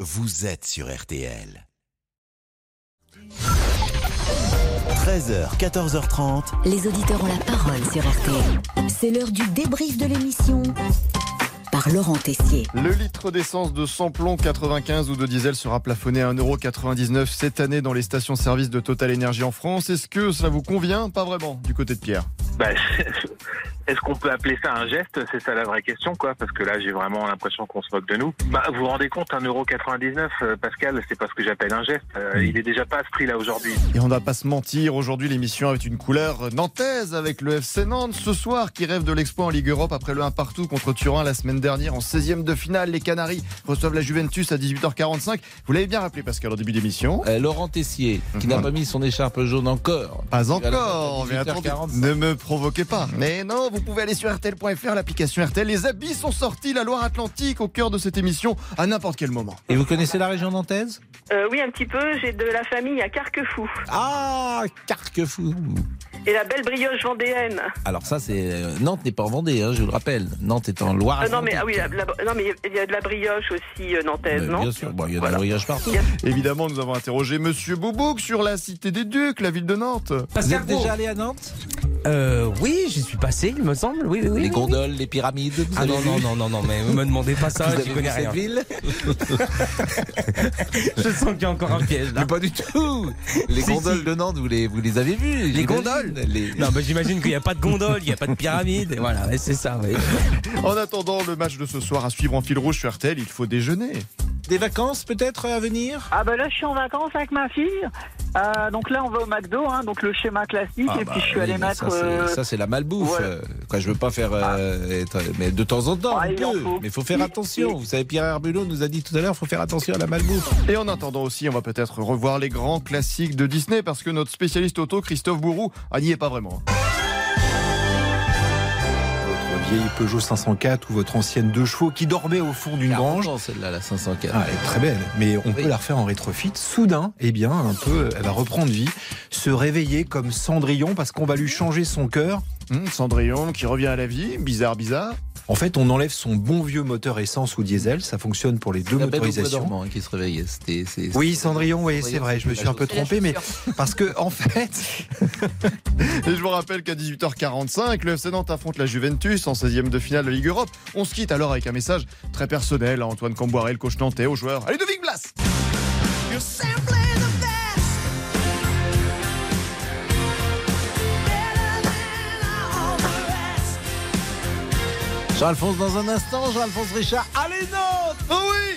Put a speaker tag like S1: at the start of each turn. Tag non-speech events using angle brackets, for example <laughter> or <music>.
S1: vous êtes sur RTL. 13h, 14h30.
S2: Les auditeurs ont la parole sur RTL. C'est l'heure du débrief de l'émission par Laurent Tessier.
S3: Le litre d'essence de samplon 95 ou de diesel sera plafonné à 1,99€ cette année dans les stations-service de Total Énergie en France. Est-ce que cela vous convient Pas vraiment, du côté de Pierre.
S4: Bah, <laughs> Est-ce qu'on peut appeler ça un geste C'est ça la vraie question, quoi. Parce que là, j'ai vraiment l'impression qu'on se moque de nous. Bah, vous vous rendez compte, 1,99€, euh, Pascal, c'est pas ce que j'appelle un geste. Euh, il est déjà pas à ce prix-là aujourd'hui.
S3: Et on ne va pas se mentir, aujourd'hui, l'émission avait une couleur nantaise avec le FC Nantes. Ce soir, qui rêve de l'exploit en Ligue Europe après le 1 partout contre Turin la semaine dernière en 16e de finale. Les Canaries reçoivent la Juventus à 18h45. Vous l'avez bien rappelé, Pascal, au début d'émission.
S5: Euh, Laurent Tessier, qui n'a pas mis son écharpe jaune encore.
S3: Pas
S5: Il va la mettre à
S3: encore, mais attendez,
S5: 18h45.
S3: ne me provoquez pas. Mais non, vous pouvez aller sur RTL.fr, l'application RTL. Les habits sont sortis, la Loire-Atlantique, au cœur de cette émission, à n'importe quel moment.
S5: Et vous connaissez la région nantaise
S6: Euh, oui, un petit peu. J'ai de la famille à Carquefou.
S5: Ah, Carquefou
S6: Et la belle brioche vendéenne.
S5: Alors ça, c'est euh, Nantes n'est pas en Vendée, hein, je vous le rappelle. Nantes est en Loire.
S7: Euh,
S6: Ah non, mais, ah oui, la- la- non, mais il y a de la brioche aussi euh, nantaise, non
S5: Bien sûr, bon, il y a
S6: Voilà.
S5: des voyages partout.
S6: Il y a-
S3: Évidemment, nous avons interrogé Monsieur Boubouk sur la cité des Ducs, la ville de Nantes.
S5: Vous
S7: Pascal
S5: êtes
S7: Pro.
S5: déjà allé à Nantes
S7: Euh, oui, j'y suis passé, il me semble. Oui, oui, oui.
S5: Les
S7: oui.
S5: gondoles, les pyramides, vous
S7: Ah
S5: avez
S7: non,
S5: vu
S7: non, non, non, non, mais ne me demandez pas ça,
S5: Vous avez
S7: je
S5: vu
S7: connais
S5: cette
S7: rien.
S5: ville
S7: Je sens qu'il y a encore un piège là.
S5: Mais pas du tout Les
S7: Si,
S5: gondoles
S7: si.
S5: de Nantes, vous les, vous les avez vues j'imagine.
S7: gondoles
S5: les...
S7: Non, mais j'imagine qu'il n'y a pas de gondole, il n'y a pas de pyramide, et voilà, ouais, c'est ça, oui.
S3: En attendant le match de ce soir à suivre en fil rouge sur RTL, il faut déjeuner.
S5: Des vacances peut-être à venir
S8: Ah bah là je suis en vacances avec ma fille. Euh, donc là on va au McDo, hein, donc le schéma classique.
S5: Ah
S8: et
S5: bah
S8: puis je suis
S5: oui,
S8: allé
S5: mais
S8: mettre.
S5: ça, c'est-
S8: euh,
S5: Ça, c'est la malbouffe.
S8: voilà.
S5: euh, quoi, je veux pas faire. euh, être- mais de temps en temps,
S8: Ah,
S5: on
S8: il en
S5: peut.
S8: faut.
S5: Mais il faut faire attention. Vous savez, Pierre Herbulot nous a dit tout à l'heure il faut faire attention à la malbouffe.
S8: Ah,
S3: Et en attendant aussi, on va peut-être revoir les grands classiques de Disney parce que notre spécialiste auto, Christophe Bourou, ah, n'y est pas vraiment.
S9: Votre vieille Peugeot 504 ou votre ancienne deux chevaux qui dormait au fond d'une grange.
S5: ans, celle-là, la 504.
S9: Ah, elle est très belle, mais on
S5: Ah. Oui.
S9: peut la refaire en rétrofit. Soudain, eh bien, un peu, elle va reprendre vie, se réveiller comme Cendrillon parce qu'on va lui changer son cœur.
S3: Hum, Cendrillon qui revient à la vie, bizarre, bizarre.
S9: En fait, on enlève son bon vieux moteur essence ou diesel. Ça fonctionne pour les deux
S5: la belle au bois
S9: motorisations.
S5: dormant, hein, qui se réveillait. C'était, c'est-
S9: Oui,
S5: c'est-
S9: Cendrillon, oui, c'est vrai, je me suis un peu
S5: Et la
S9: trompé, mais parce que, en <laughs> fait,
S3: Et je vous rappelle qu'à 18h45, le FC Nantes affronte la Juventus en 16e de finale de Ligue Europe. On se quitte alors avec un message très personnel à Antoine Camboiré, le coach nantais, aux joueurs. Allez, devine Blas
S5: Jean-Alphonse, dans un instant, Jean-Alphonse Richard. Allez, non
S3: Oh oui